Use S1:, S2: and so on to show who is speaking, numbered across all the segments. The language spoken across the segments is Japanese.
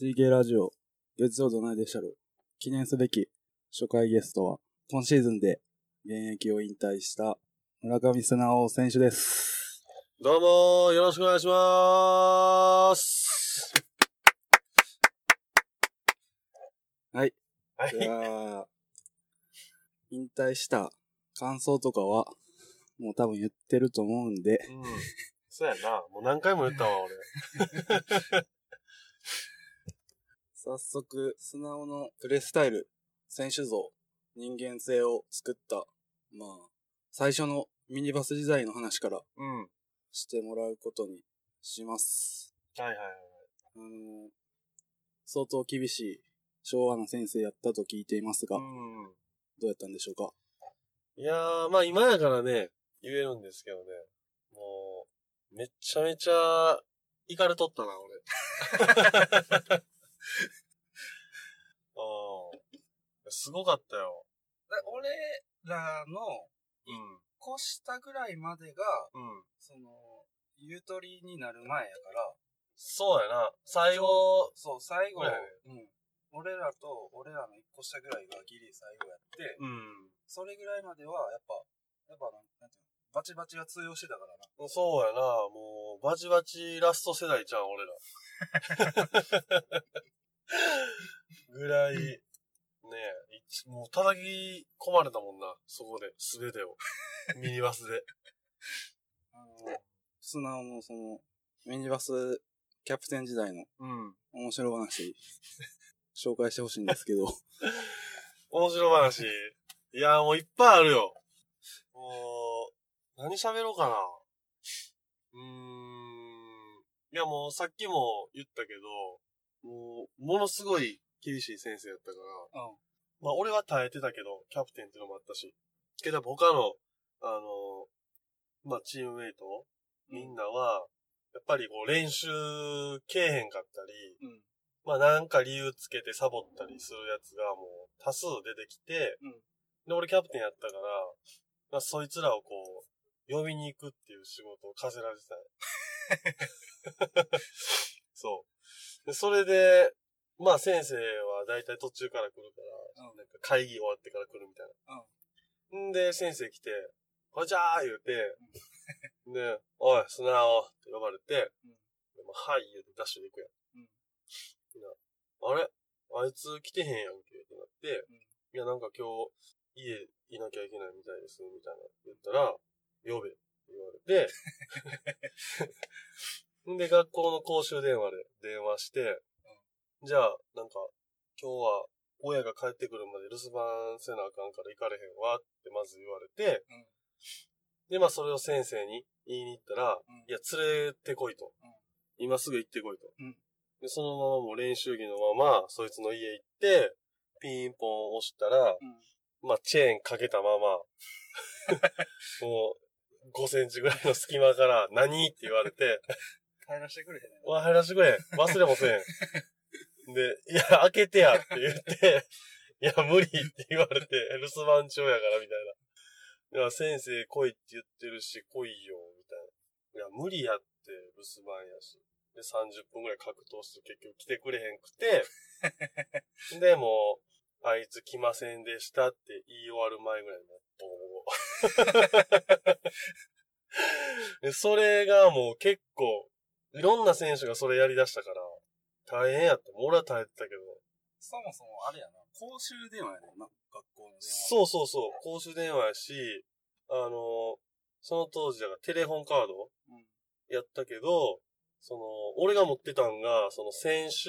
S1: TK ラジオ、月曜どないでしたる。記念すべき初回ゲストは、今シーズンで現役を引退した村上素直選手です。
S2: どうもー、よろしくお願いしまーす。
S1: はい。
S2: は
S1: じ
S2: い。
S1: ゃあ、引退した感想とかは、もう多分言ってると思うんで、
S2: うん。そうやんな。もう何回も言ったわ、俺。
S1: 早速、素直のプレースタイル、選手像、人間性を作った、まあ、最初のミニバス時代の話から
S2: うん。は
S1: してもらうことにします。
S2: いはいはい。
S1: あの、相当厳しい昭和の先生やったと聞いていますが、
S2: うん。
S1: どうやったんでしょうか
S2: いやー、まあ今やからね、言えるんですけどね。もう、めちゃめちゃ、イカれとったな、俺。 うん。すごかったよ。
S1: 俺らの
S2: う
S1: 越したぐらいまでが、
S2: ん。うん。
S1: その、ゆとりになる前やから、
S2: そうやな。最後、
S1: そう、最後、
S2: はいはい
S1: うん。俺らと俺らの一個下ぐらいがギリ最後やって、
S2: うん。
S1: それぐらいまでは、やっぱ、やっぱなん、なんていうの、バチバチが通用してたからな。
S2: そうやな、もう、バチバチラスト世代じゃん、俺ら。 ぐらい、ねえ、いちもう叩き込まれたもんな、そこで、すべてを。ミニバスで。
S1: あの、素直のその、ミニバスキャプテン時代の
S2: うん。
S1: 面白 話、紹介してほしいんですけ ど、
S2: 面白話。いや、もういっぱいあるよ。もう、何喋ろうかな。うーん。いや、もうさっきも言ったけど、もう、ものすごい厳しい先生やったから、まあ、俺は耐えてたけど、キャプテンっていうのもあったし。けど、他の、あのまあ、チームメイト、みんなは、やっぱりこう、練習けえへんかったり、
S1: うん。うん。
S2: まあ、なんか理由つけてサボったりするやつがもう、多数出てきて、
S1: うん
S2: で、俺キャプテンやったから、まあ、そいつらをこう、呼びに行くっていう仕事を課せられてたよ そう。で、それで、まあ先生は大体途中から来るから、
S1: うん
S2: なんか会議終わってから来るみたいな。ん。で、先生来て、こんにちはー言うて、で、おい、素直って呼ばれて、
S1: うん
S2: でまあはい言うてダッシュで行くやん。
S1: うん
S2: なあれあいつ来てへんやんけってなって、
S1: うん
S2: いや、なんか今日、家いなきゃいけないみたいです、みたいな言ったら、呼べって言われて、 んで、学校の公衆電話で電話して、じゃあ、なんか、今日は親が帰ってくるまで留守番せなあかんから行かれへんわってまず言われて、
S1: うん
S2: で、まあそれを先生に言いに行ったら、
S1: うん
S2: いや、連れてこいと。
S1: うん
S2: 今すぐ行ってこいと。
S1: うん
S2: で、そのままもう練習着のまま、そいつの家行って、ピンポン押したら、
S1: うん
S2: まあチェーンかけたま ま、もう5センチぐらいの隙間から何って言われて、
S1: 帰らしてくれへんねん
S2: わ、入らしてくれ。忘れもせん。で、いや、開けてやって言って、いや、無理って言われて、留守番長やから、みたいな。いや、先生来いって言ってるし、来いよ、みたいな。いや、無理やって、留守番やし。で、30分ぐらい格闘して結局来てくれへんくて、で、もう、あいつ来ませんでしたって言い終わる前ぐらいにもうボコボコで、それがもう結構、いろんな選手がそれやり出したから、大変やった。俺は耐えてたけど。
S1: そもそもあれやな、公衆電話やねんな、学校の電話。
S2: そうそうそう、公衆電話やし、あの、その当時だからテレフォンカード
S1: うん
S2: やったけど、その、俺が持ってたんが、その選手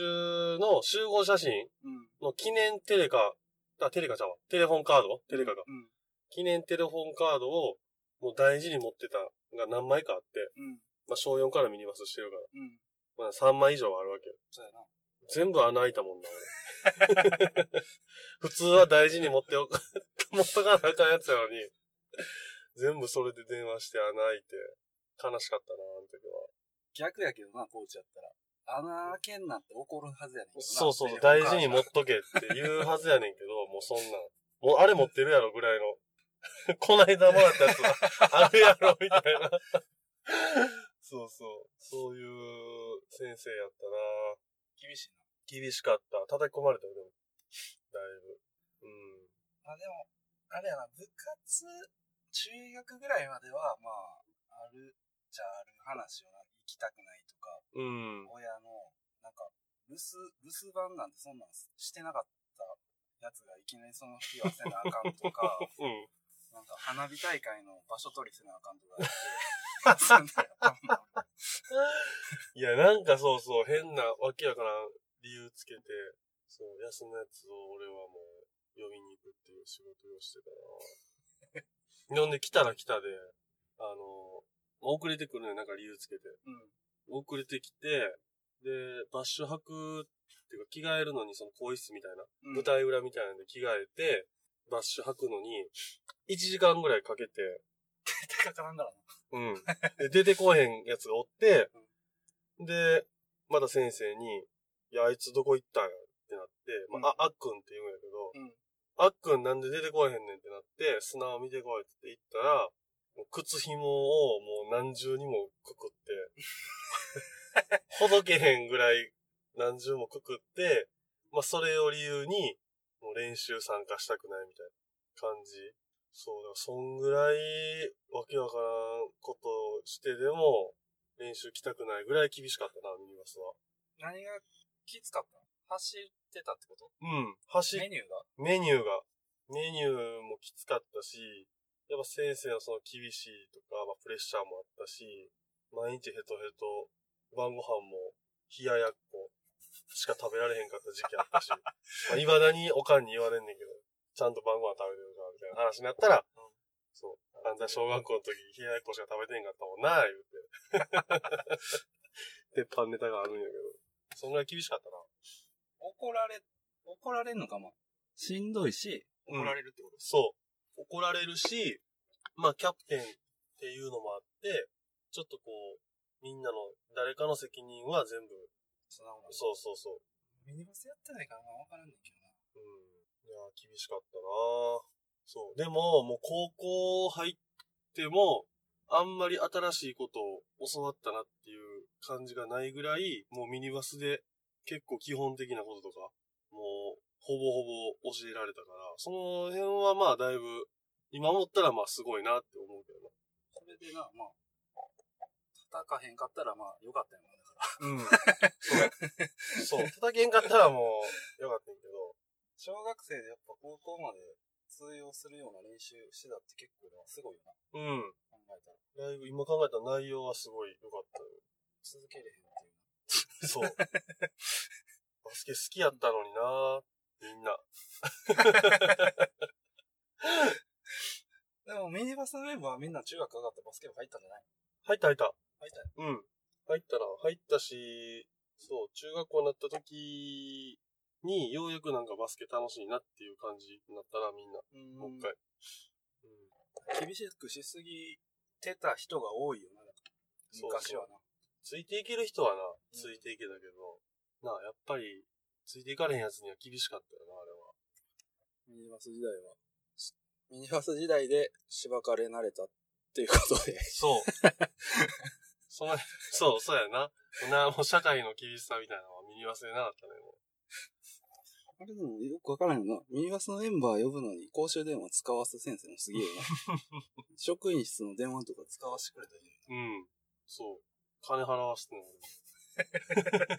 S2: の集合写真
S1: うん。
S2: の記念テレカ、あ、テレカちゃうわ。テレフォンカードテレカが。
S1: うん。
S2: 記念テレフォンカードを、もう大事に持ってたのが何枚かあって、
S1: うん。
S2: まあ、小4からミニバスしてるか
S1: うん。
S2: ら、まあ、3枚以上あるわけよ。
S1: そうやな。
S2: 全部穴開いたもんな、 俺普通は大事に持っておく、 持っとかなあかんやつやのに、全部それで電話して穴開いて、悲しかったな、あの時は。
S1: 逆やけどな、コーチやったら。穴開けんなって怒るはずやねんけどな。
S2: そうそうそう、
S1: テレ
S2: 大
S1: ホンカード
S2: 事に持っとけって言うはずやねんけど、も うそんなん、もうあれ持ってるやろぐらいの、 こないだもらったやつあるやろみたいな。 そうそう、そういう先生やったな
S1: 厳しい
S2: 厳しかった。叩き込まれたよ、でも。だいぶ。うん。
S1: まあでも、あれやな、部活、中学ぐらいまでは、まあ、ある、じゃある話をな、行きたくないとか、
S2: うん。
S1: 親の、なんか、留守、留守番なんてそんなんしてなかったやつがいきなりその日はせなあかんと か、
S2: うん。
S1: なんか花火大会の場所取りせなあかんとかやって、そんなんやったもんな。
S2: いや、なんかそうそう、変な、わけやからん理由つけて、そう、休みのやつを俺はもう、呼びに行くっていう仕事をして たな。ほんで、来たら来たで、あの、遅れてくるね、なんか理由つけて。
S1: うん。
S2: 遅れてきて、で、バッシュ履くっていうか、着替えるのに、その、更衣室みたいな、
S1: うん
S2: 舞台裏みたいなんで着替えて、バッシュ履くのに、1時間ぐらいかけて、
S1: 高からんからな。
S2: うん。で、出てこへんやつがおって、で、まだ先生に、いや、あいつどこ行ったんやってなって、まあ、あ、あっくんって言うんやけど、
S1: うん
S2: あっくんなんで出てこへんねんってなって、砂を見てこいって言ったら、もう靴紐をもう何重にもくくって、ほどけへんぐらい何重もくくって、まあ、それを理由に、もう練習参加したくないみたいな感じ。そうだ、そんぐらい、わけわからんことをしてでも、練習来たくないぐらい厳しかったな、ミニバスは。
S1: 何がきつかったの走ってたってこと
S2: うん。走
S1: メニューが
S2: メニューが、メニューもきつかったし、やっぱ先生のその厳しいとか、まあ、プレッシャーもあったし、毎日ヘトヘト、晩ご飯も冷ややっこしか食べられへんかった時期あったし、まあ、未だにおかんに言われんねんけど、ちゃんと晩ご飯食べてるか、みたいな話になったら、そう、あんた小学校の時冷ややっこしか食べてへんかったもんな、言うて。鉄板ネタがあるんやけど、そんぐらい厳しかったな。
S1: 怒られ、怒られんのかも。しんどいし、
S2: うん
S1: 怒られるってこと、
S2: そう。怒られるし、まあ、キャプテンっていうのもあって、ちょっとこう、みんなの、誰かの責任は全部、
S1: そんなもんな
S2: そうそうそ
S1: ミニバスやってないからまあわからんねんけどな。
S2: う。うん。いやー、厳しかったなーそう。でも、もう高校入っても、あんまり新しいことを教わったなっていう感じがないぐらい、もうミニバスで結構基本的なこととか、もう、ほぼほぼ教えられたから、その辺はまあだいぶ、今思ったらまあすごいなって思うけどな。
S1: それでな、まあ、叩かへんかったらまあよかったよな。だから。
S2: うん。そう。叩けんかったらもう、よかったんやけど。
S1: 小学生でやっぱ高校まで通用するような練習してたって結構なすごいよな。
S2: うん。
S1: 考えたら。
S2: だいぶ今考えた内容はすごい良かったよ。
S1: 続けれへんっていう。
S2: そう。バスケ好きやったのになみんな。
S1: でもミニバスのメンバーはみんな中学上がってバスケ部入ったんじゃない
S2: 入った入った。
S1: 入ったよ。
S2: うん。入ったな。入ったし、そう、中学校になった時に、ようやくなんかバスケ楽しいなっていう感じになったらみんな、もう一回。うん。
S1: 厳しくしすぎてた人が多いよな。だから
S2: そう
S1: 昔
S2: そう
S1: はな。
S2: ついていける人はな、ついていけたけど、なあ、やっぱり、ついていかれへんやつには厳しかったよな、あれは。
S3: ミニバス時代は。しミニバス時代でしばかれ慣れたっていうことで。
S2: そう。 その、そう、そうやな。な、もう社会の厳しさみたいなのは身に忘れなかったね、もう。
S3: あれでもよくわからんよな。ミニバスのメンバー呼ぶのに公衆電話使わす先生もすげえよな。 職員室の電話とか使
S1: 使
S3: わ
S1: わしてくれたり。
S2: うん。そう。金払わしてんの、俺も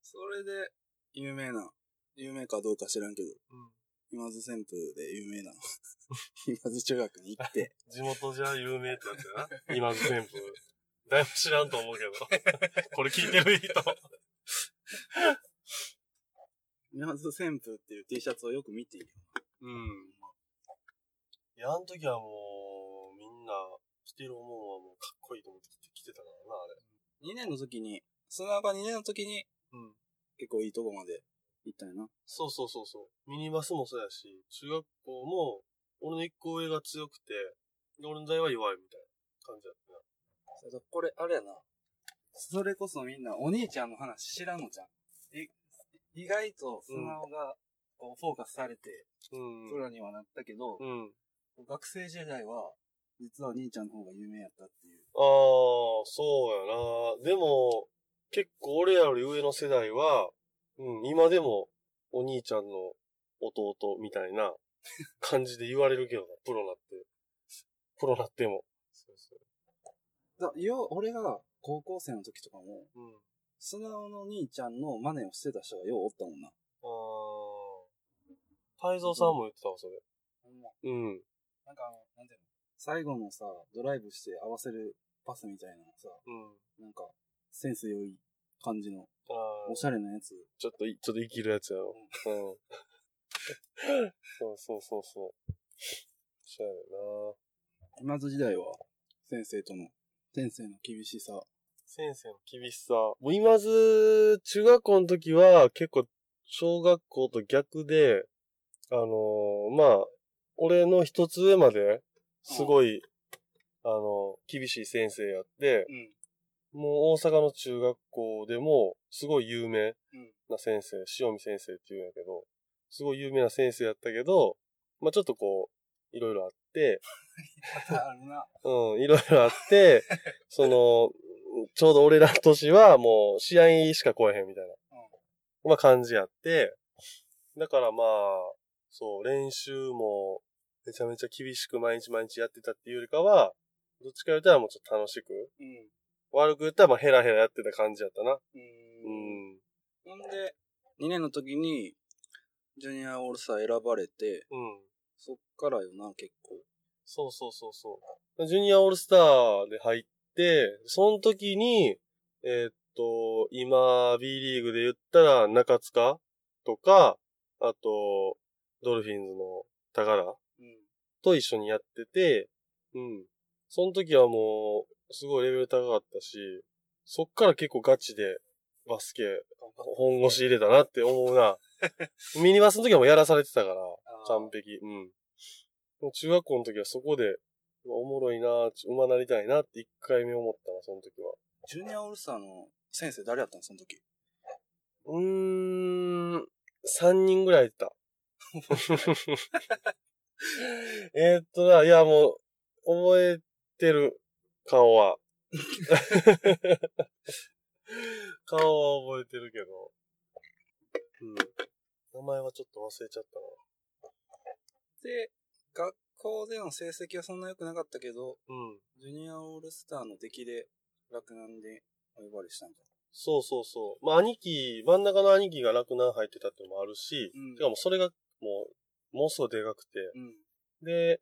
S3: それで、有名な、有名かどうか知らんけど、今津旋風で有名な、 今津中学に行って、
S2: 地元じゃ有名ってやつやな。今の全部。だいぶ知らんと思うけど。これ聞いてる人。
S3: 今津旋風っていう T シャツをよく見ている。
S2: うん。いや、あの時はもう、みんな、着てる思うのはもうかっこいいと思って着てたからな、あれ。
S3: 2年の時に、砂場2年の時に、
S2: うん。
S3: 結構いいとこまで行ったよな。
S2: そうそうそうそう。ミニバスもそうやし、中学校も、俺の一個上が強くて、で俺の代は弱いみたいな感じだったな。
S3: それとこれ、あれやな。それこそみんな、お兄ちゃんの話知らんのじゃん。え意外と素直が、こう、フォーカスされて、
S2: うん
S3: プロにはなったけど、
S2: うん。
S3: 学生時代は、実はお兄ちゃんの方が有名やったっていう。
S2: ああ、そうやな。でも、結構俺らより上の世代は、うん、今でもお兄ちゃんの弟みたいな 感じで言われるけどな、プロなって。プロなっても。そうそ
S1: だ要は俺が高校生の時とかも、
S2: う。うん。
S1: 素直の兄ちゃんの真似をしてた人がようおったもんな。
S2: あー。太蔵さんも言ってたわ、それ。
S4: ほんま
S2: うん。
S4: なんかあの、なんていうの
S1: 最後のさ、ドライブして合わせるパスみたいなのさ、
S2: うん。
S1: なんか、センス良い感じの、
S2: あー
S1: おしゃれなやつ。
S2: ちょっとい、ちょっと生きるやつや ろ。うん。そうそうそうそう。そうやねんな
S1: 今津時代は、先生との、先生の厳し さ。
S2: 先生の厳しさ。もう今ず、中学校の時は結構、小学校と逆で、あのーまあ、俺の一つ上まで、すごい、あの厳しい先生やって、
S4: うん。
S2: もう大阪の中学校でも、すごい有名
S4: うん
S2: な先生、塩見先生っていうんやけど、すごい有名な先生やったけど、まあちょっとこう、いろいろあって、
S4: あるな。
S2: うん、いろいろあって、その、ちょうど俺らの年はもう試合しか来えへんみたいな、まあ感じやって、だからまあ、そう、練習もめちゃめちゃ厳しく毎日毎日やってたっていうよりかは、どっちか言ったらもうちょっと楽しく、
S4: うん。
S2: 悪く言ったらまあヘラヘラやってた感じやったな。う
S4: うん。
S2: ん。
S1: ほんで、2年の時に、ジュニアオールスター選ばれて、
S2: うん。
S1: そっからよな、結構。
S2: そうそうそうそう。ジュニアオールスターで入って、その時に、えーっと、今、B リーグで言ったら、中塚とか、あと、ドルフィンズの高良
S4: うん。
S2: と一緒にやってて、うん。その時はもう、すごいレベル高かったし、そっから結構ガチで、バスケ、本腰入れたなって思うな。ミニバスの時はもうやらされてたから。完璧。うん。もう中学校の時はそこで、うわおもろいなぁ、ち馬なりたいなって一回目思ったな、その時は。
S1: ジュニアオールスターの先生誰やったのその時。
S2: うーん、三人ぐらいいた。 えーっとな、いやもう、覚えてる、顔 は。顔は覚えてるけど。うん。名前はちょっと忘れちゃったな。
S1: で、学校での成績はそんな良くなかったけど、
S2: うん。
S1: ジュニアオールスターの出来で、洛南でお呼ばれしたんか。
S2: そうそうそう。まあ、兄貴、真ん中の兄貴が洛南入ってたってのもあるし、
S1: うん
S2: しかもそれがもう、もうすごいでかくて。
S1: うん。
S2: で、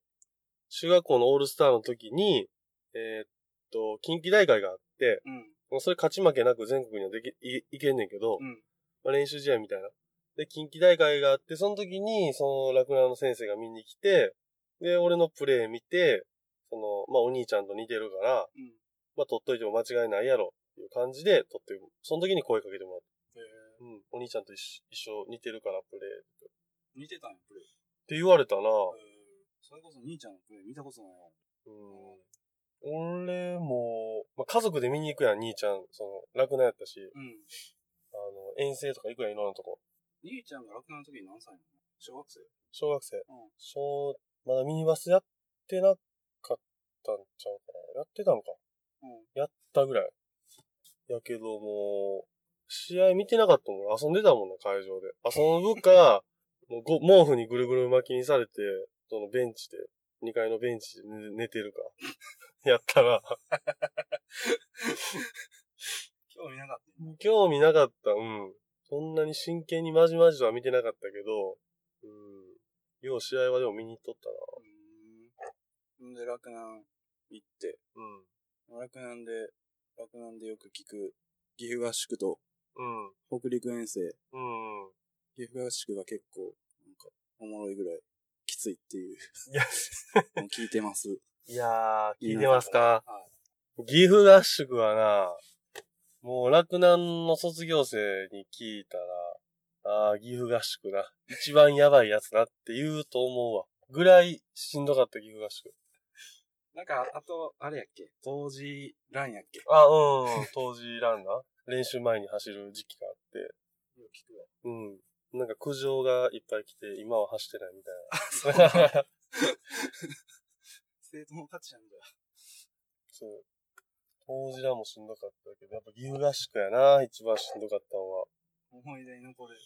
S2: 中学校のオールスターの時に、えーっと、近畿大会があって、
S4: うん。
S2: まあそれ勝ち負けなく全国にはでき、いいけんねんけど、
S4: うん
S2: まあ、練習試合みたいな。で、近畿大会があって、その時に、その洛南の先生が見に来て、で、俺のプレー見て、その、まあ、お兄ちゃんと似てるから、
S4: うん
S2: まあ、取っといても間違いないやろ、っていう感じで取って、その時に声かけてもらった。うん、お兄ちゃんと一緒一緒似てるからプレイ。っ
S1: 見てたんや、プレイ。
S2: て言われたな。
S1: それこそ兄ちゃんのプレイ見たことないわ。
S2: うん。俺も、まあ、家族で見に行くやん、兄ちゃん。その、楽なやったし、
S4: うん。
S2: あの、遠征とか行くやん、いろんなとこ。
S1: 兄ちゃんが洛南の時に何歳なの小学生
S2: 小学生。
S1: ん
S2: 小、まだミニバスやってなかったんちゃうかな。やってたのか。
S1: うん
S2: やったぐらい。やけどもう、試合見てなかったもん。遊んでたもんな、会場で。遊ぶか、 もうご毛布にぐるぐる巻きにされて、そのベンチで、2階のベンチで寝寝てるか。 やったら、
S4: 興味なかった。
S2: 興味なかった。うん。そんなに真剣にまじまじとは見てなかったけど、うん。よう試合はでも見に行っとった
S1: う
S2: な。
S1: ん。んで、洛南行って、
S2: うん。
S1: 洛南で、洛南でよく聞く、岐阜合宿と
S2: うん。
S1: 北陸遠征、
S2: うん。
S1: 岐阜合宿が結構、なんか、おもろいぐらい、きついっていう、
S2: いや、
S1: のを聞いてます。
S2: いやー、聞いてますか
S4: は
S2: 岐阜合宿はな、もう洛南の卒業生に聞いたら、あー、岐阜合宿な。一番やばいやつなって言うと思うわ。ぐらいしんどかった岐阜合宿。
S1: なんか、あと、あれやっけ当時、ランやっけ
S2: あ、 うん、当時ランナー練習前に走る時期があって。うん。なんか苦情がいっぱい来て、今は走ってないみ たいな。
S1: 生徒も勝ちなんだ。
S2: そう。法事らもしんどかったけど、やっぱ岐阜合宿やな、一番しんどかったのは。
S1: 思い出に残る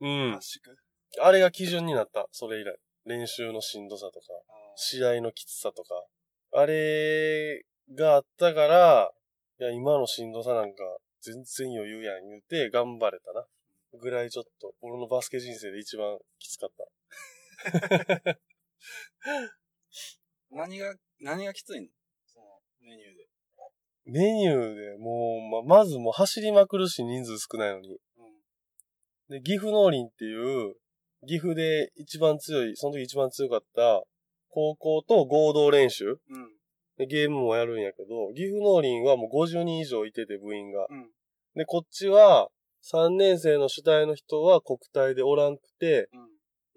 S2: うん
S1: 合。宿。
S2: あれが基準になった、それ以来。練習のしんどさとか、
S1: あ
S2: 試合のきつさとか。あれがあったから、いや、今のしんどさなんか全然余裕やん言うて頑張れたな。ぐらいちょっと、俺のバスケ人生で一番きつかった。
S1: ー何が、何がきついのそのメニューで。
S2: メニューでもう、ま、まずもう走りまくるし人数少ないのに。で、岐阜農林っていう、岐阜で一番強い、その時一番強かった高校と合同練習
S1: うん。うん。
S2: でゲームもやるんやけど、岐阜農林はもう50人以上いてて部員が。
S1: うん
S2: で、こっちは3年生の主体の人は国体でおらんくて、
S1: うん。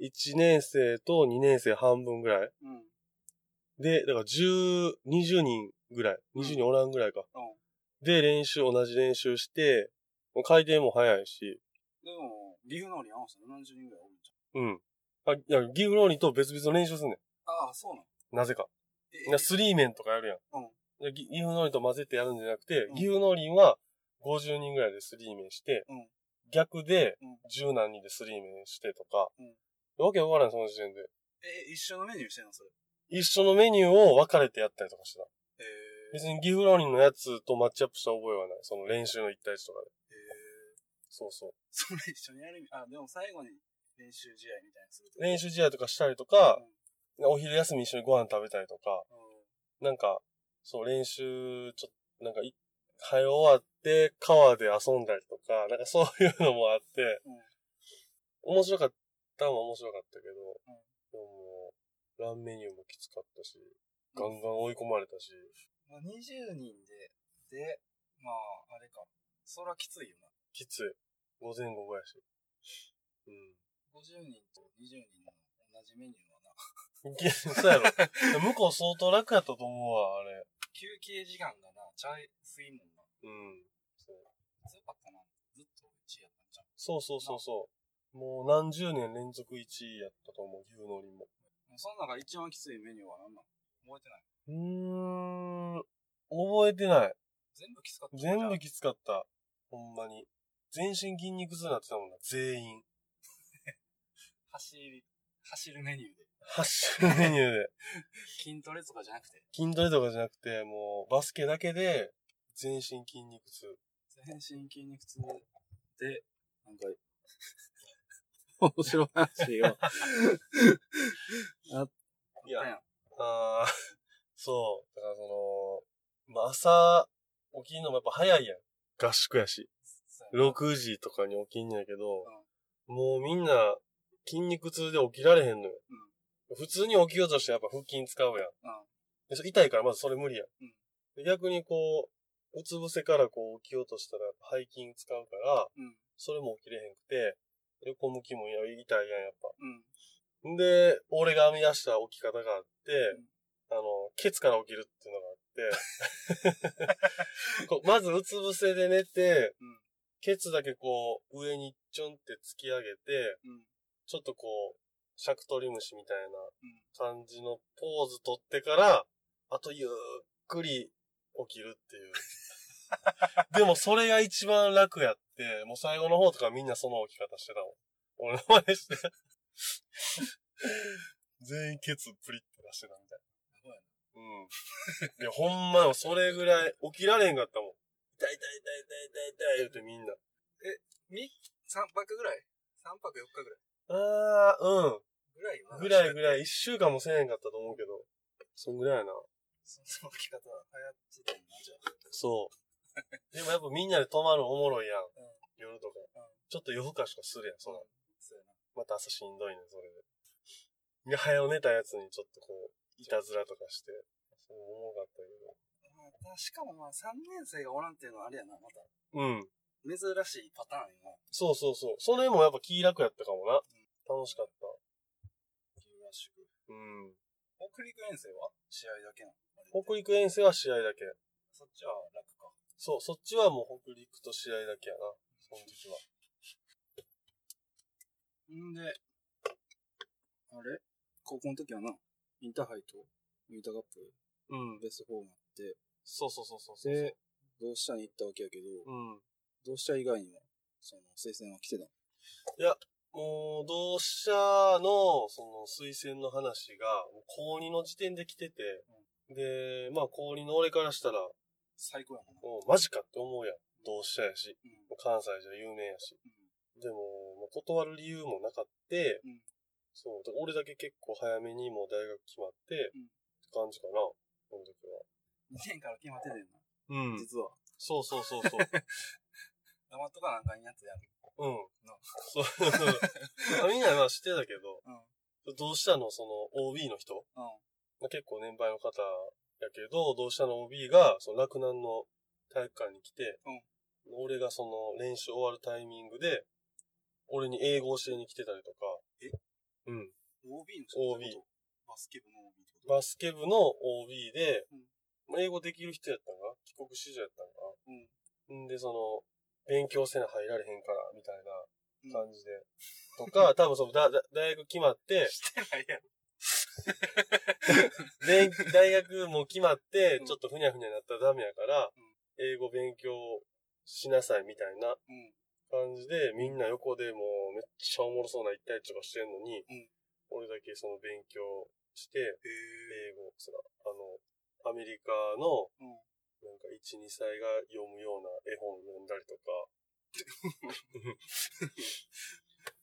S2: 1年生と2年生半分ぐらい。
S1: うん。
S2: で、だから10、20人ぐらい。20人おらんぐらいか。
S1: うん
S2: で、練習、同じ練習して、もう回転も早いし、
S1: でも、岐阜農林合わせて70人ぐらいおるんじ
S2: うん。あ、いや、ギフローリーと別々の練習すんね
S1: ゃん。ああ、そうなの
S2: ん。なぜか。
S1: え
S2: なスリーメンとかやるやん。
S1: うん
S2: でギギフノーリンと混ぜてやるんじゃなくて
S1: う、ん
S2: ギフノーリンは50人ぐらいでスリーメンして、
S1: うん
S2: 逆で
S1: うん
S2: 10何人でスリーメンしてとか、
S1: うん
S2: わけわからない、その時点で。
S1: え、一緒のメニューしてんのそれ。
S2: 一緒のメニューを分かれてやったりとかしてた。
S1: え
S2: 別にギフローリンのやつとマッチアップした覚えはない。その練習の1対1とかで。
S1: え
S2: そうそう。
S1: それ一緒にやる意味あ、でも最後に練習試合みたいにすると。
S2: 練習試合とかしたりとか、お昼休み一緒にご飯食べたりとか、なんか、そう、練習、ちょっと、なんか、い、早終わって、川で遊んだりとか、なんかそういうのもあって、
S1: うん
S2: 面白かったも面白かったけど、
S1: うん
S2: でももう、ランメニューもきつかったし、
S1: うん
S2: ガンガン追い込まれたし、
S1: まあ、20人で、で、まあ、あれか。そらきついよな。
S2: きつい。午前午後やし。う
S1: 50人と20人の同じメニューはな。
S2: ん。きそうやろ。向こう相当楽やったと思うわ、あれ。
S1: 休憩時間がな、ちゃいすぎんもんな。
S2: うん。そう
S1: 強かったな。ずっと1位やったんちゃう。
S2: そうそうそうそう。もう何十年連続1位やったと思う、牛のりも。
S1: その中一番きついメニューは何なの覚えてないう
S2: ーん。覚えてない。
S1: 全部きつかった。
S2: 全部
S1: き
S2: きつかった。ほんまに。全身筋肉痛になってたもんな。全員。
S1: 走り、走るメニューで。
S2: 走るメニューで。
S1: 筋トレとかじゃなくて、
S2: 筋トレとかじゃなくて、もうバスケだけで、全身筋肉痛。
S1: 全身筋肉痛で、なんか、
S3: 面白い話よ。
S2: い
S1: あったやん。
S2: あー、 そう。だからその、まあ、朝、起きんのもやっぱ早いやん。合宿やし。
S1: そうやな
S2: 6時とかに起きんねやけど、もうみんな、筋肉痛で起きられへんのよ。普通に起きようとしてやっぱ腹筋使うやん。でそ痛いからまずそれ無理やん。
S1: うん
S2: で逆にこう、うつ伏せからこう起きようとしたら背筋使うから、
S1: うん
S2: それも起きれへんくて、横向きもいや痛いやん、やっぱ。
S1: うん。
S2: んで、俺が編み出した起き方があって、あの、ケツから起きるっていうのがあって、こ うまずうつ伏せで寝て、
S1: うん
S2: ケツだけこう、上にちょんって突き上げて、
S1: うん
S2: ちょっとこう、シャクトリムシみたいな感じのポーズ取ってから、あとゆっくり起きるって いう。でもそれが一番楽やって、もう最後の方とかみんなその起き方してたもん。俺の真似して。全員ケツプリって出してたみたい
S1: やばい
S2: な。うん。いや、ほんまよ、それぐらい起きられへんかったもん。痛い痛い痛い痛い痛い痛い言うてみんな。
S1: 3泊ぐらい ?3 泊4日ぐらい
S2: あー、うん。
S1: ぐらいは
S2: ぐらいぐらい、一週間もせえへんかったと思うけど。そんぐらいやな。
S1: その置き方は流行ってたんな、じゃあ。
S2: そう。でもやっぱみんなで泊まるのおもろいや
S1: ん
S2: ん。夜とか、
S1: うん
S2: ちょっと夜更かしとかするやん、そら。
S1: そうやな。
S2: また朝しんどいねん、それで。で、早う寝たやつにちょっとこう、いたずらとかして。そう、おもろかったけ
S1: まあ、しかもまあ3年生がおらんっていうのはあれやな、また。
S2: ど。うん。
S1: 珍しいパターンやな。
S2: そうそうそう。それもやっぱ気楽やったかもな。楽しかった。
S1: 合宿。
S2: うん。
S1: 北陸遠征は試合だけなのあれ
S2: 北陸遠征は試合だけ。
S1: そっちは楽か。
S2: そう、そっちはもう北陸と試合だけやな。その時は。
S1: んで、あれ高校の時はな、インターハイとミートカップ、
S2: うん。
S1: ベスト4があって、
S2: そうそうそうそうそう。
S3: で、同志社に行ったわけやけど、
S2: うん。
S3: 同志社以外にも、その、推薦は来てたの。
S2: もう、同志社の、その、推薦の話が、高2の時点で来てて、で、まあ、高2の俺からしたら、
S1: 最高やもんな。
S2: もうマジかって思うやん。同志社やし、
S1: うん。
S2: 関西じゃ有名やし。でも、もう断る理由もなかって、
S1: うん
S2: そう、だから俺だけ結構早めにもう大学決まって、
S1: うん
S2: って感じかな、その時は。
S1: 2年から決まっててんな。
S2: う。
S3: 実は。
S2: そうそう そう
S1: 黙
S2: そう。
S1: っとかなんかんやつやる。
S2: うん
S1: な。
S2: そう。まあ みんなは知ってたけど、同志社のその OB の人、
S1: うん。
S2: まあ、結構年配の方やけど、同志社の OB が、その洛南の体育館に来て、俺がその練習終わるタイミングで、俺に英語を教えに来てたりとか、うん。
S1: OB の人
S2: OB
S1: ってことバスケ部の OB ってこと
S2: バスケ部の OB で、
S1: うん
S2: まあ英語できる人やったんかな帰国子女やったんか
S1: うん。
S2: な、ん、で、その、勉強せな入られへんから、みたい
S1: うん
S2: な感じで。と か、多分そのだだ大学決まって、
S1: してないやろ。
S2: で大学も決まって
S1: う、ん
S2: ちょっとふにゃふにゃになったらダメやから、
S1: うん
S2: 英語勉強しなさいみたいな
S1: うん。
S2: 感じで、みんな横でもうめっちゃおもろそうな一対一とかしてんのに、
S1: うん
S2: 俺だけその勉強して、英語、そら、あの、アメリカの
S1: うん、
S2: なんか1、2歳が読むような絵本を読んだりとか、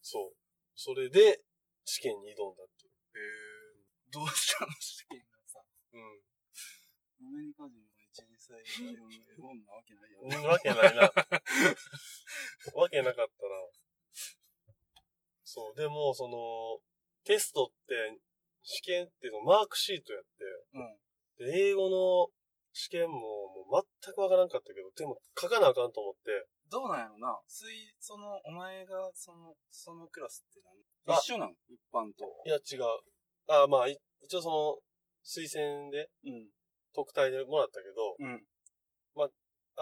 S2: そう。それで試験に挑んだっていう。
S1: へえ。どうしたの試験がさ、
S2: うん。
S1: アメリカ人の1、2歳が読む絵本なわけないやろ。
S2: うんわけないな。わけなかったな。そう、でも、その、テストって、試験っていうのマークシートやって、で、英語の試験ももう全くわからんかったけど、でも書かなあかんと思って、
S1: どうなんやろな水、その、お前が、その、そのクラスって
S2: あ
S1: 何一緒なの一般と。
S2: いや違う。あまあ、い一応その、推薦で、
S1: うん。
S2: 特待でもらったけど、
S1: うん。
S2: 後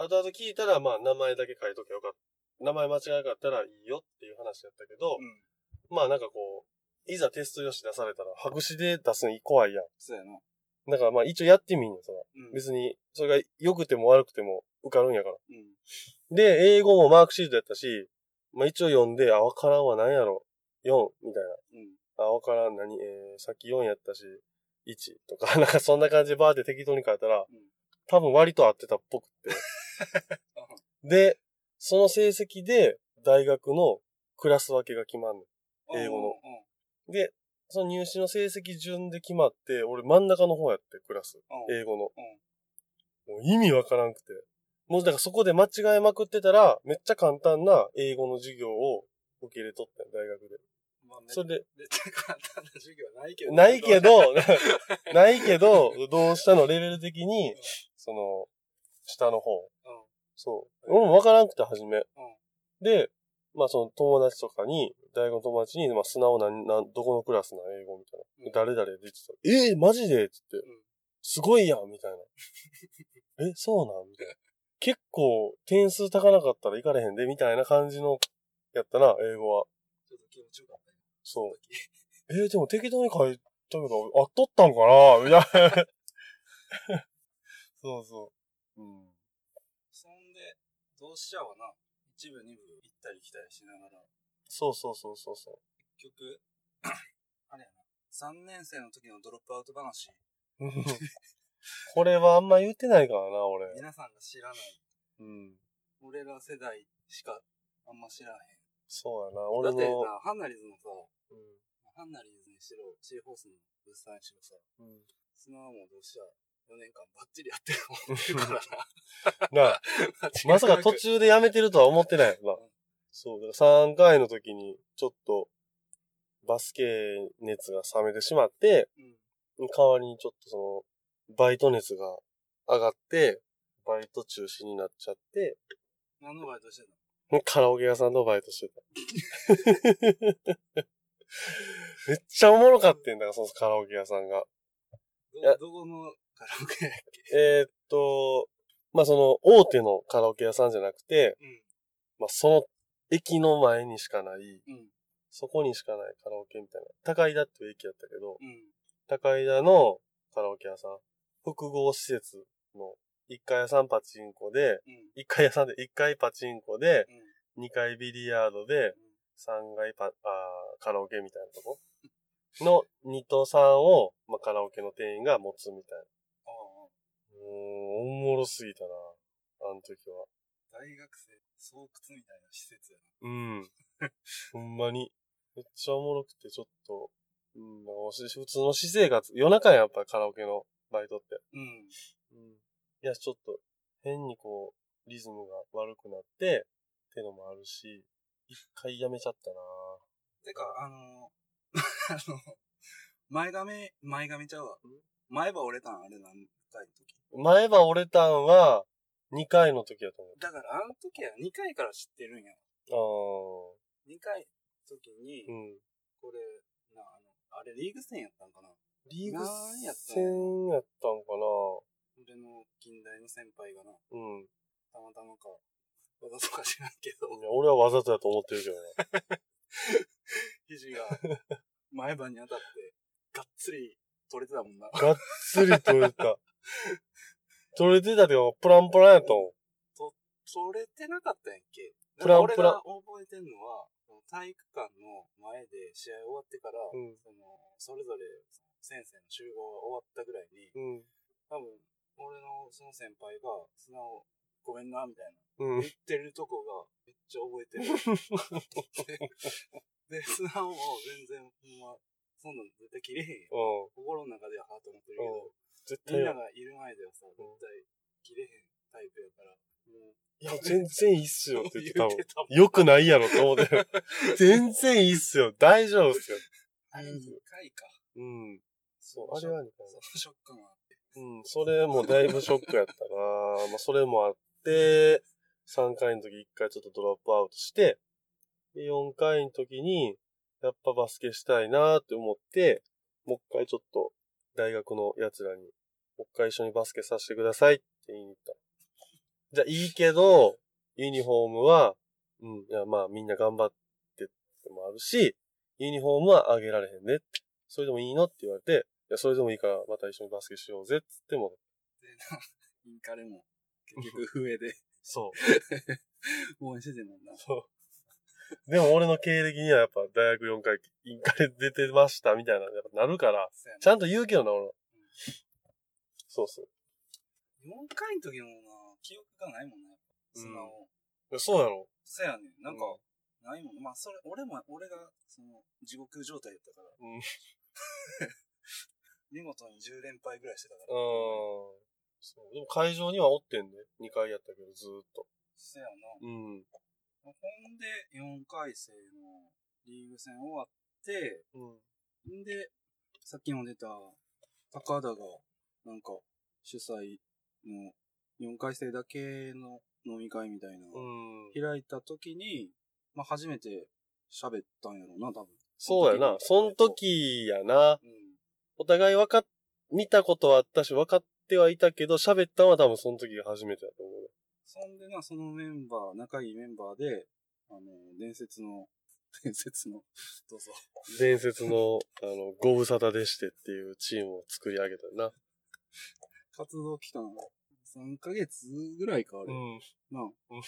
S2: 々聞いたら、まあ、名前だけ書いときゃよかった。名前間違えなかったらいいよっていう話だったけど、
S1: うん。
S2: まあなんかこう、いざテスト用紙出されたら、白紙で出すの怖いやん。
S1: そうやな。
S2: だからまあ一応やってみんよ、そら。
S1: うん。
S2: 別に、それが良くても悪くても受かるんやから。
S1: うん。
S2: で、英語もマークシートやったし、まあ一応読んで、あ、わからんは何やろ。4、みたい
S1: うん。
S2: な。あ、わからん、何、えー、さっき4やったし、1とか、 なんかそんな感じでバーって適当に書いたら、
S1: ん
S2: 多分割と合ってたっぽくって。で、その成績で大学のクラス分けが決まんの。英語の
S1: う
S2: で、その入試の成績順で決まって、俺真ん中の方やって、クラス。
S1: ん。うん。
S2: 英語の。もう意味わからんくて。もうだからそこで間違えまくってたら、めっちゃ簡単な英語の授業を受け入れとったよ大学で。
S1: まあ、め
S2: それで、
S1: めっちゃ簡単な授業はないけど。
S2: ないけ。 ど、ないけど、どうしたのレベル的に
S1: うん、
S2: その、下の方。
S1: うん
S2: そう。俺もわからんくて、初め。で、まあその友達とかに、大学の友達に、まあ素直な、なんどこのクラスな英語みたいな。誰々で言ってたら、えーマジでって言って
S1: うん、
S2: すごいやんみたい な。え、そうなんみたいな。結構点数高なかったらいかれへんで、みたいな感じの、やったな、英語は。
S1: ちょっと気持ちよかったよ。
S2: そう。えーでも適当に書いたけど、あっとったんかなみたいな。そうそう。うん。
S1: そんで、同志社はな、一部二部行ったり来たりしながら、
S2: そうそうそうそう そ
S1: 結局、 あれやな、3年生の時のドロップアウト話、
S2: う。これはあんま言ってないからな、俺。
S1: 皆さんが知らない、
S2: うん。
S1: 俺ら世代しかあんま知らへん。
S2: そうやな、
S1: だ
S2: 俺
S1: っ
S2: の。
S1: てな、ハンナリーズのさ、
S2: う
S1: ハンナリーズにしろ、シーホースの物産にしろさ、
S2: んうん
S1: スノアも同志社4年間バッチリやってる思ってるからな。
S2: なあ、 まさか途中で辞めてるとは 思ってないよな。そう、だから3回の時に、ちょっと、バスケ熱が冷めてしまって、
S1: うん。
S2: 代わりにちょっとその、バイト熱が上がって、バイト中止になっちゃって、
S1: 何のバイトしてんの
S2: カラオケ屋さんのバイトしてた。 めっちゃおもろかってんだから、そのカラオケ屋さんが。いや
S1: ど、どこのカラオケ
S2: えーっと、まあ、その、大手のカラオケ屋さんじゃなくて、
S1: うん
S2: まあ、その、駅の前にしかない、
S1: うん。
S2: そこにしかないカラオケみたいな。高井田っていう駅やったけど、
S1: うん。
S2: 高井田のカラオケ屋さん、複合施設の一回屋さんパチンコで、
S1: うん。
S2: 一回屋さんで、一回パチンコで、
S1: うん。
S2: 二回ビリヤードで、三回パ、あーカラオケみたいなとこの2と3を、まあ、カラオケの店員が持つみたい
S1: あ
S2: な。
S1: あ、
S2: うーん、おもろすぎたな。あの時は。
S1: 大学生、巣窟みたいな施設やな。
S2: うん。 ほんまに。めっちゃおもろくて、ちょっと、うん、なんかおし普通の私生活、夜中ややっぱりカラオケのバイトって。
S1: うん。
S2: うん。いや、ちょっと、変にこう、リズムが悪くなって、ってのもあるし、一回やめちゃったな
S1: てか、あの、 あの、前髪、前髪ちゃうわ。前歯折れたんあれ何回の時
S2: 前歯折れたんは、2回の時やと
S1: だからあの時は2回から知ってるんや。
S2: 思
S1: 2回の時に
S2: う。ああ。う、ん。
S1: これ、な、あの、あれリーグ戦やったんかな
S2: リーグ
S1: なんやったんや
S2: 戦やったんか
S1: 俺の近代の先輩がな、
S2: なうん。
S1: たまたまか、わざとか知らんけど、
S2: いや俺はわざとやと思ってるけどね。
S1: 肘が前歯に当たって、がっつり取れてたもんな。
S2: がっつり取れた。 取れてたけど、プランプランやったもん。
S1: 取れてなかったやんけ。
S2: プランプラ
S1: なんか俺が覚えてんのは、その体育館の前で試合終わってから、
S2: うん
S1: その、それぞれ先生の集合が終わったぐらいに、
S2: うん。
S1: 多分、俺のその先輩が、素直、ごめんな、みたいな。
S2: うん
S1: 言。ってるとこがめっちゃ覚えて る。で、素直も全然、ほんま、そんなん絶対切れへんよ。
S2: うん。
S1: 心の中ではハート思ってるけ
S2: う
S1: ど、
S2: 絶
S1: み
S2: 対
S1: んな
S2: や。
S1: がいる前ではさ、絶対切れへんタイプやから、もう、
S2: いや、全然いいっすよって言ってたもん。
S1: たもん。
S2: よくないやろって 思ってる。全然いいっすよ。大丈夫っすよ。
S1: あれ2回か。
S2: うん。そ
S1: の
S2: う、あれはね。
S1: そのショックもあって。
S2: うん。それもだいぶショックやったな まあ、それもあって、3回の時1回ちょっとドロップアウトして、で、4回の時に、やっぱバスケしたいなって思って、もう一回ちょっと、大学の奴らに、もう一回一緒にバスケさせてくださいって言いに行った。じゃあいいけど、ユニフォームは、うん、いやまあみんな頑張ってってもあるし、ユニフォームはあげられへんねって。それでもいいのって言われて、いや、それでもいいからまた一緒にバスケしようぜって言っても、
S1: で、な、インカレも、結局上 で
S2: そう。
S1: 応援しててもんな。
S2: そう。でも俺の経歴にはやっぱ大学4回インカレ出てましたみたいな、やっぱなるから、
S1: そうや
S2: ち
S1: な
S2: ゃんと言うけどな、俺は。そうそ
S1: 4回の時もな、記憶がないもんな、やっぱ素直。
S2: うんう。そうやろ。
S1: そうやねん。なんか
S2: う、
S1: ないもん。まあ、それ、俺も、俺が、その、地獄状態だったから。
S2: うん
S1: 見事に10連敗ぐらいしてたか
S2: う
S1: ら。
S2: ん。そうでも会場にはおってんね。2回やったけど、ずーっと。
S1: そうやな。
S2: うん。
S1: ほんで、4回生のリーグ戦終わって、
S2: うん。
S1: んで、さっきも出た、高田が、なんか、主催の4回生だけの飲み会みたいな、
S2: うん。
S1: 開いた時に、まあ、初めて喋ったんやろうな、多分。
S2: そうやな。その時やな。
S1: うん。
S2: お互い分かっ、見たことはあったし、分かってはいたけど、喋ったのは多分その時が初めてだと思う。
S1: そんでな、そのメンバー、仲いいメンバーで、あの、伝説の、 伝説の、どうぞ。
S2: 伝説の、あの、ご無沙汰でしてっていうチームを作り上げたな。
S1: 活動期間、3ヶ月ぐらいか、あれ。
S2: ん。
S1: なあ、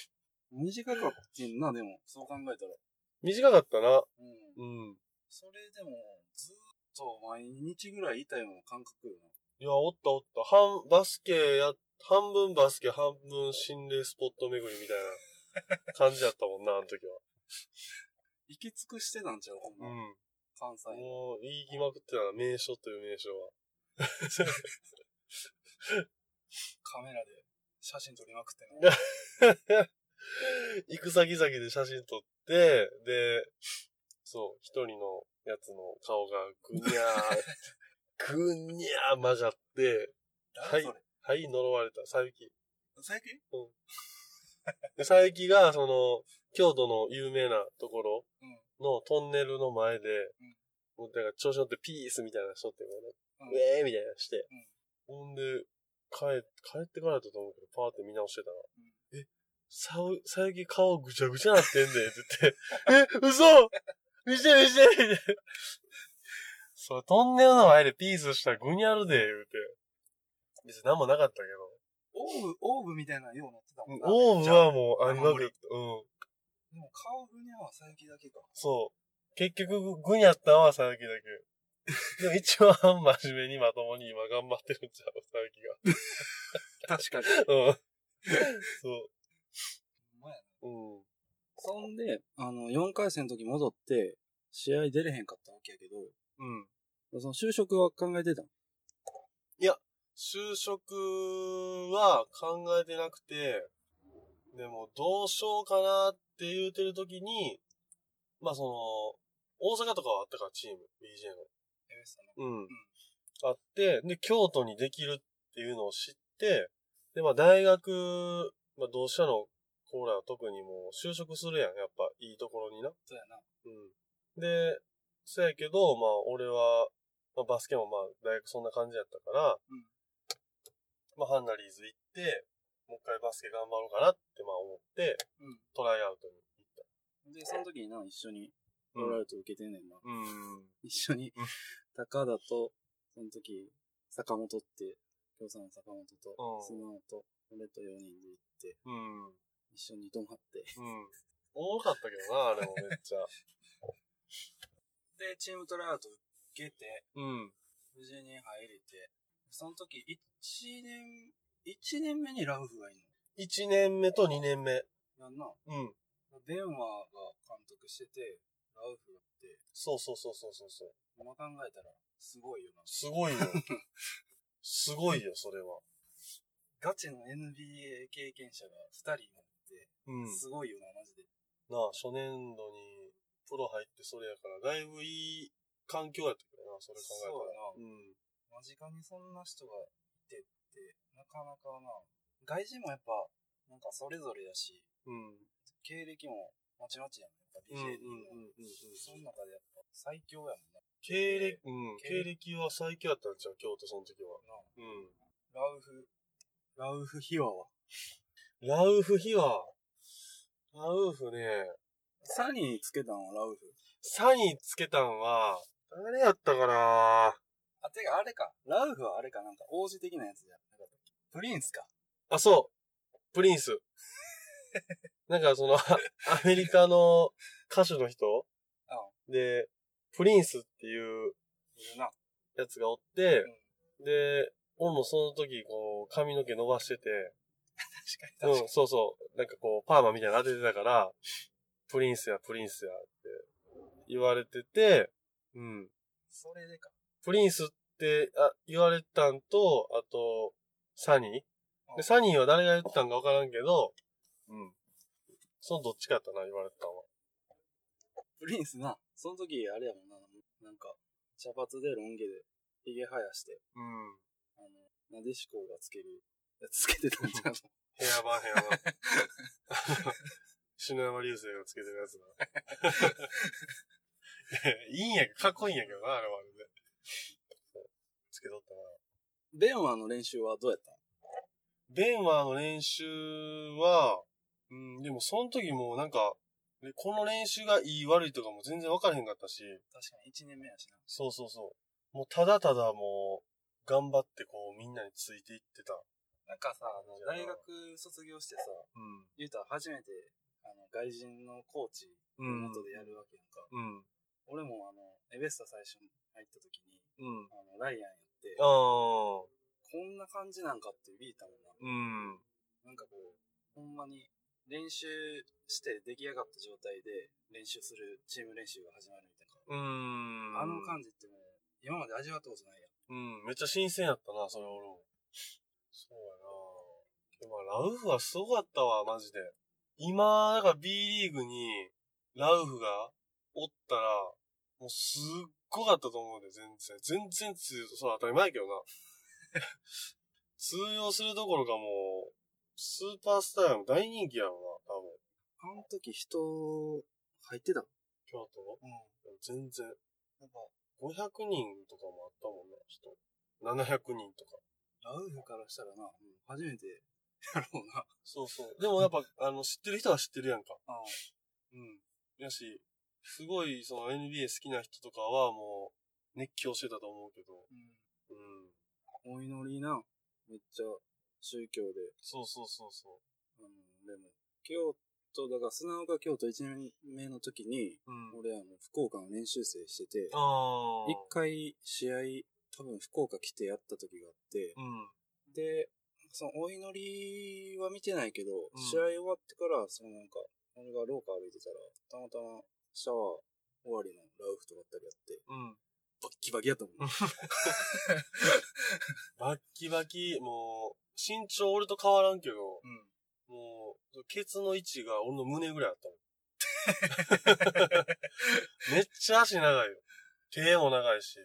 S1: 短かってんな、でも、そう考えたら。
S2: 短かったな。
S1: うん。
S2: うん。
S1: それでも、ずっと毎日ぐらいいたような感覚よな。
S2: いや、おったおった。半、バスケや、半分バスケ、半分心霊スポット巡りみたいな 感じだったもんな、あの時は。
S1: 行き尽くしてたんちゃうほんま、
S2: ん。
S1: 関西の。
S2: もう、言いきまくってたな、名所という名所は。
S1: カメラで写真撮りまくってな。
S2: 行く先々で写真撮って、で、そう、一人のやつの顔がぐにゃ ー、ぐにゃー混ざって、
S1: 誰それ、
S2: はい、呪われた、佐伯。
S1: 最近
S2: で、佐伯が、その、京都の有名なところのトンネルの前で、
S1: ん
S2: もうだから調子乗ってピースみたいな人ってから
S1: うん
S2: ね、ウェーみたいなのして、ほんで、帰、帰ってからだったと思うけど、パーって見直してたら、え、さお、佐伯顔ぐちゃぐちゃなってんで、って言って、 え、嘘見して見してみたいなそれトンネルの前でピースしたらぐにゃるで、言うて。別に何もなかったけど、
S1: オーブ、オーブみたいなのようなってたもんな。
S2: オーブはもう、あんな
S1: 山
S2: く、
S1: 盛
S2: うん
S1: り。でも顔ぐにゃは佐伯だけか。
S2: そう。結局、ぐにゃったのは佐々 木だけ。でも一番真面目にまともに今頑張ってるんちゃう佐
S1: 確かに。
S2: 々木が。うん。そう。
S1: ほんまや
S2: うん。
S3: そんで、あの、4回戦の時戻って、試合出れへんかったわけやけど、
S2: うん。
S3: その就職は考えてたの
S2: 就職は考えてなくて、でもどうしようかなって言うてる時に、まあその、大阪とかはあったから、チーム、BJ
S1: な
S2: の。
S1: えーその
S2: うん。あって、で、京都にできるっていうのを知って、で、まあ大学、まあ同志社のコーラは特にもう就職するやん、やっぱいいところにな。
S1: そうやな。
S2: うん。で、そやけど、まあ俺は、まあバスケもまあ大学そんな感じやったから、
S1: うん
S2: まあハンナリーズ行って、もう一回バスケ頑張ろうかなってまあ思って、
S1: うん
S2: トライアウトに
S3: で、その時にな、一緒にト
S2: 行
S3: ライア
S2: っ
S3: ウト受けてんねんな。
S2: た。うん。うん。
S3: 一緒に
S2: うん、
S3: 高田と、その時、坂本って、京さんの坂本
S2: うん
S3: と、スノーと、俺と4人で行って、
S2: うん。
S3: 一緒に泊まって。
S2: うん。おもろかったけどな、あれもめっちゃ。
S1: で、チームトライアウト受けて、
S2: うん。
S1: 無事に入れて、その時、1年、1年目にラウフがいい
S2: 1年目と2年目。
S1: の。やんな。
S2: うん。
S1: ベンワーが監督してて、ラウフがって、
S2: そうそうそうそうそうそう。
S1: 今考えたら、すごいよな。
S2: すごいよ。すごいよ、それは。
S1: ガチの NBA 経験者が2人もって、
S2: うん。
S1: すごいよな、マジで。
S2: なあ、初年度にプロ入ってそれやから、だいぶいい環境やったけどな、それ考えたら。
S1: そう
S2: う
S1: 間近にそんな人がいてって、なかなかな、外人もやっぱ、なんかそれぞれやし、
S2: ん。うん。
S1: 経歴もまちまちやもん、やっぱ
S2: うんうん
S1: BJ
S2: うん
S1: も。
S2: うん
S1: その中でやっぱ最強やもんな。
S2: 経歴、うん。経
S1: 経
S2: 歴は最強やったんちゃう、京都その時は。うん。
S1: ラウフ、ラウフヒワは。
S2: ラウフヒは、ラウフね、
S3: サニーにつけたのはラウフ。
S2: サニーつけたんは、誰やったかな
S1: あ、てかあれか。ラウフはあれか、なんか王子的なやつじゃん。なんかプリンスか。
S2: あ、そう。プリンス。 なんかその、あアメリカの歌手の人で、プリンスっていう
S1: いるな。
S2: やつがおって、で、俺もその時、こう、髪の毛伸ばしてて、
S1: 確かに確か
S2: うん、そうそう、なんかこう、パーマみたいなの当ててたから、プリンスや、プリンスやって言われてて、うん。
S1: それでか。
S2: プリンスってあ言われてたんと、あと、サニー。
S1: う
S2: で、
S1: ん
S2: サニーは誰が言ってたんかわからんけど、うん。そのどっちかやったな、言われてたのは。
S3: プリンスな、その時、あれやもんな、なんか、茶髪でロン毛で、髭生やして、
S2: うん。
S3: あの、なでしこがつける、やつつけてたんじゃ ん。
S2: ヘアバン、ヘアバン。 篠山流星がつけてるやつだ。 いやいいんやけど、かっこいいんやけどな、あれはあれで。つけとったな。
S3: ベンワーの練習はどうやったの
S2: ベンワーの練習は、うん、でもその時もうなんか、でこの練習がいい悪いとかも全然分からへんかったし、
S1: 確かに1年目やしな。
S2: そうそうそう。もうただただもう、頑張ってこうみんなについていってた。
S1: なんかさ、あの、大学卒業してさ、言うたら初めて、あの、外人のコーチ
S2: う
S1: の
S2: ん。
S1: 元でやるわけやんか。
S2: うん。
S1: 俺もあの、エベスタ最初に入った時に、
S2: うん。
S1: あの、ライアンやって、
S2: ああ。
S1: こんな感じなんかってビータもんな。
S2: うん。
S1: なんかこう、ほんまに練習して出来上がった状態で練習するチーム練習が始まるみたいな。
S2: うん。
S1: あの感じってもう、今まで味わったことないやん。
S2: うん、めっちゃ新鮮やったな、それ俺も。そうやなでもラウフはすごかったわ、マジで。今、だから B リーグに、ラウフがおったら、もうすっごかったと思うで、全然。全然通用、そう当たり前やけどな。 通用するどころかもう、スーパースターやもん大人気やろな、多
S3: あ
S2: 分。
S3: の時人、入ってたの
S2: 京都の
S1: うん。
S2: 全然。
S1: なんか、
S2: 500人とかもあったもんな、人。700人とか。
S1: ラウフからしたらな、うん初めてやろうな。
S2: そうそう。でもやっぱ、あの、知ってる人は知ってるやんか。
S1: ああ
S2: うん。やし、すごい、その NBA 好きな人とかはもう、熱狂してたと思うけど。
S1: うん。
S2: うん。
S3: お祈りな、めっちゃ宗教で。
S2: そうそうそうそ
S3: あの、でも、京都、だから砂岡京都1年目の時に、
S2: う。うん。
S3: 俺、あの、福岡の練習生してて、
S2: ああ。
S3: 一回試合、多分福岡来てやった時があって、
S2: うん。
S3: で、そのお祈りは見てないけど、
S2: ん
S3: 試合終わってから、そのなんか、俺が廊下歩いてたら、たまたまシャワー終わりのラウフとばったりやって、
S2: うん。
S3: バッキバキやったもん。
S2: バッキバキ、もう、身長俺と変わらんけど、もう、ケツの位置が俺の胸ぐらいあったもん。めっちゃ足長いよ。手も長いし、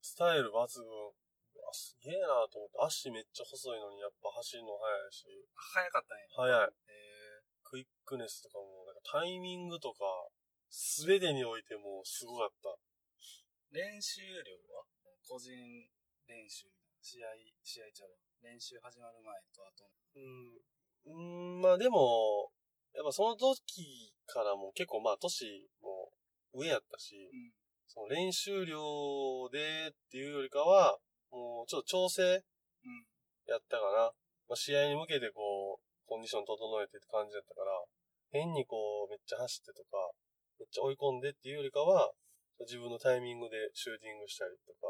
S2: スタイル抜群。うわすげえなと思って、足めっちゃ細いのにやっぱ走るの速いし、
S1: 早かったんや。
S2: 速い。
S1: え
S2: クイックネスとかも、なんかタイミングとか、すべてにおいてもうすごかった。
S1: ー、練習量は個人練習、試合、試合ちゃうわ練習始まる前と後の。
S2: うん、うんまあでも、やっぱその時からも結構まあ年も上やったし、
S1: ん
S2: その練習量でっていうよりかは、もうちょっと調整
S1: うん。
S2: やったかな。まあ、試合に向けてこう、コンディション整えてって感じだったから、変にこう、めっちゃ走ってとか、めっちゃ追い込んでっていうよりかは、自分のタイミングでシューティングしたりとか、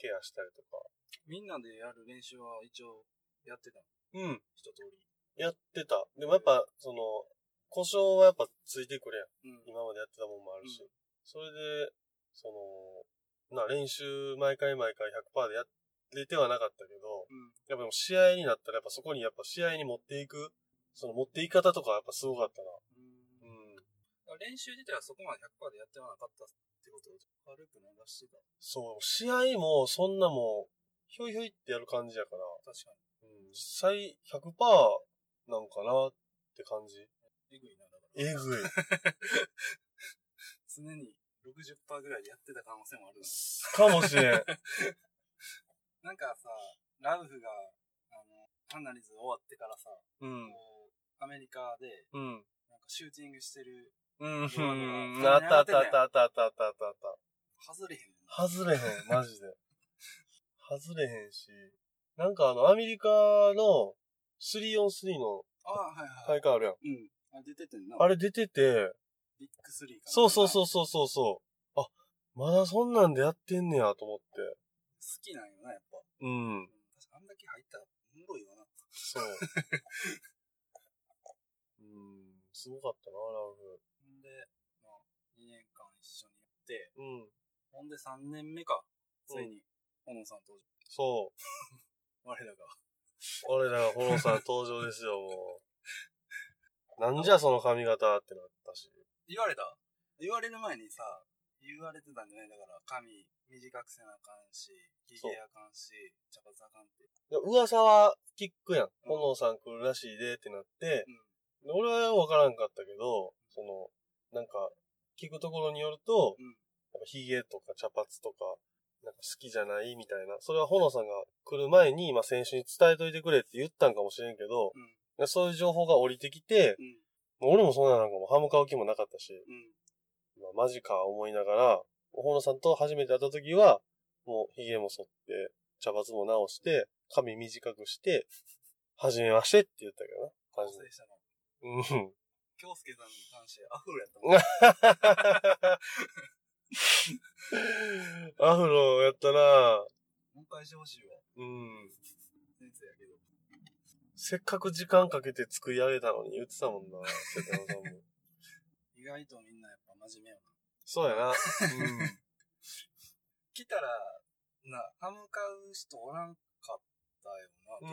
S2: ケアしたりとか、
S1: みんなでやる練習は一応やってたの
S2: うん、
S1: 一通り。
S2: やってた。でもやっぱ、その、故障はやっぱついてくれやん。
S1: うん。
S2: 今までやってたもんもあるし。それで、その、な、練習毎回毎回100%でやれてはなかったけど、
S1: うん。
S2: やっぱでも試合になったらやっぱそこにやっぱ試合に持っていく、その持っていき方とかやっぱすごかったな。うん。
S1: うん、練習自体はそこまで100%でやってはなかったってことを軽く流してた。
S2: そう、試合もそんなもう、ひょいひょいってやる感じやから、
S1: 確かに。
S2: うん、実際100%なんかなって感じ。
S1: えぐいな、だから。
S2: え ぐい。
S1: 常に60%ぐらいでやってた可能性もあるな。
S2: かもしれん。
S1: なんかさ、ラウフが、あの、ハンナリズ終わってからさ、
S2: うん。
S1: こう、アメリカで、
S2: うん。
S1: なんかシューティングしてる、
S2: うん
S1: ドラム
S2: あ
S1: が
S2: ったあったあったあったあったあったあった
S1: 外れへんよな。
S2: 外れへん、マジで。外れへんし。なんかあの、アメリカの 3on3 の
S1: ああ、はいはい。
S2: 大会あるやん。
S1: うん。あ出ててんな。
S2: あれ出てて、
S1: ビッグスリーかな。
S2: そうそう
S1: う。
S2: そうそうそうそう。あ、まだそんなんでやってんねやと思って。
S1: 好きなんよな、やっぱ。う
S2: うん。
S1: ん確かあんだけ入ったら、おもろいわな。
S2: そう。 うん、すごかったな、ラ
S1: ほんで、まあ、2年間一緒にやって、
S2: ウフ。うん。
S1: ほんで3年目か、ついに、小野さん登場。
S2: そ
S1: 我らが。
S2: う。俺らがフォローさん登場ですよ、もう。なんじゃその髪型ってなったし。
S1: 言われた言われる前にさ、言われてたんじゃないだから、髪短くせなあかんし、髭
S2: そう
S1: あかんし、茶髪あかんって。
S2: いや噂はキックやん。炎さん来るらしいでってなって、で俺はわからんかったけど、その、なんか、聞くところによると、
S1: うん
S2: やっぱヒゲとか茶髪とか、なんか好きじゃないみたいな。それは炎さんが来る前に、まあ選手に伝えといてくれって言ったんかもしれんけど、
S1: うん
S2: でそういう情報が降りてきて、
S1: うん。
S2: 俺もそんななんかもう歯向かう気もなかったし、
S1: うん。
S2: まあマジか思いながら、炎さんと初めて会った時は、もう髭も剃って、茶髪も直して、髪短くして、はじめましてって言ったけどな。
S1: 構
S2: 感じ
S1: 成したの。
S2: でうん。
S1: 京介さんに関してアフロやったもん。
S2: アフロやったな
S1: もう一回してほしいわ。
S2: うん。
S1: 先生やけど。
S2: せっかく時間かけて作り上げたのに言ってたもんな、瀬田さんも。
S1: 意外とみんなやっぱ真面目やな。
S2: そうやな。うん。
S1: 来たら、な、歯向かう人おらんかった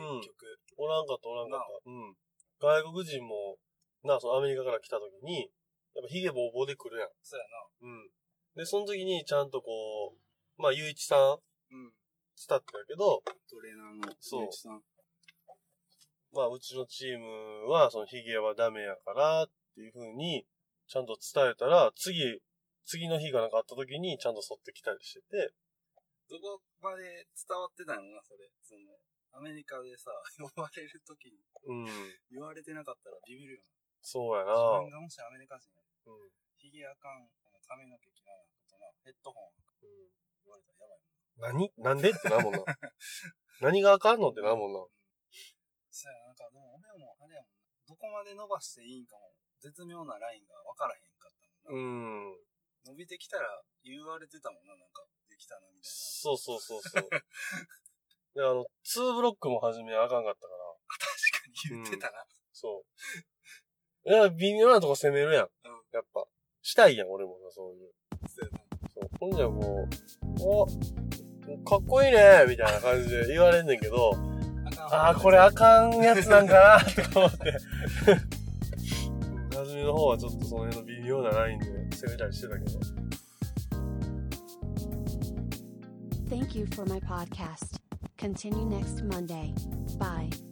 S1: よな、
S2: うん
S1: 結局。
S2: おらんかったおらんかった。うん。外国人も、な、そのアメリカから来た時に、やっぱヒゲボーボーで来るやん。
S1: そうやな。
S2: うん。で、その時にちゃんとこう、まあ、ゆういちさ
S1: う
S2: ん、
S1: ん。
S2: スタッフやけど、
S1: トレーナーの、
S2: そ
S1: ゆう
S2: う
S1: いちさん。
S2: まあ、うちのチームは、そのヒゲはダメやから、っていう風に、ちゃんと伝えたら、次、次の日がなんかあった時に、ちゃんと剃ってきたりしてて、
S1: どこまで伝わってたのな、それ。その、アメリカでさ、 呼ばれるときに
S2: うん。
S1: 言われてなかったらビビるよな。
S2: そうやな
S1: 自分がもしアメリカ人やったら
S2: うん。
S1: ヒゲあかん、髪の毛切らなことな、ヘッドホン
S2: うん
S1: 言われたらやばいもん。
S2: 何なんでってなるもんな。何があかんのってなるもんな。
S1: そうやな、なんかでも俺もあれやもんな。どこまで伸ばしていいんかも、絶妙なラインが分からへんかったもんな。
S2: うん。
S1: 伸びてきたら言われてたもんな、なんか、できたな、みたいな。
S2: そうそうそうそう。で、あの、2ブロックも始めあかんかったから、
S1: 確かに言ってたな。
S2: そう。いや、微妙なとこ攻めるやん。やっぱ。したいやん、俺もな、そういう。
S1: そうやな。
S2: そう。ほんじゃこう、お、かっこいいねみたいな感じで言われんねん けど、ああ、これあかんやつなんかなとか思って。 初めの方はちょっとその辺の微妙なラインで攻めたりしてたけど。
S5: Thank you for my podcast. Continue next Monday. Bye.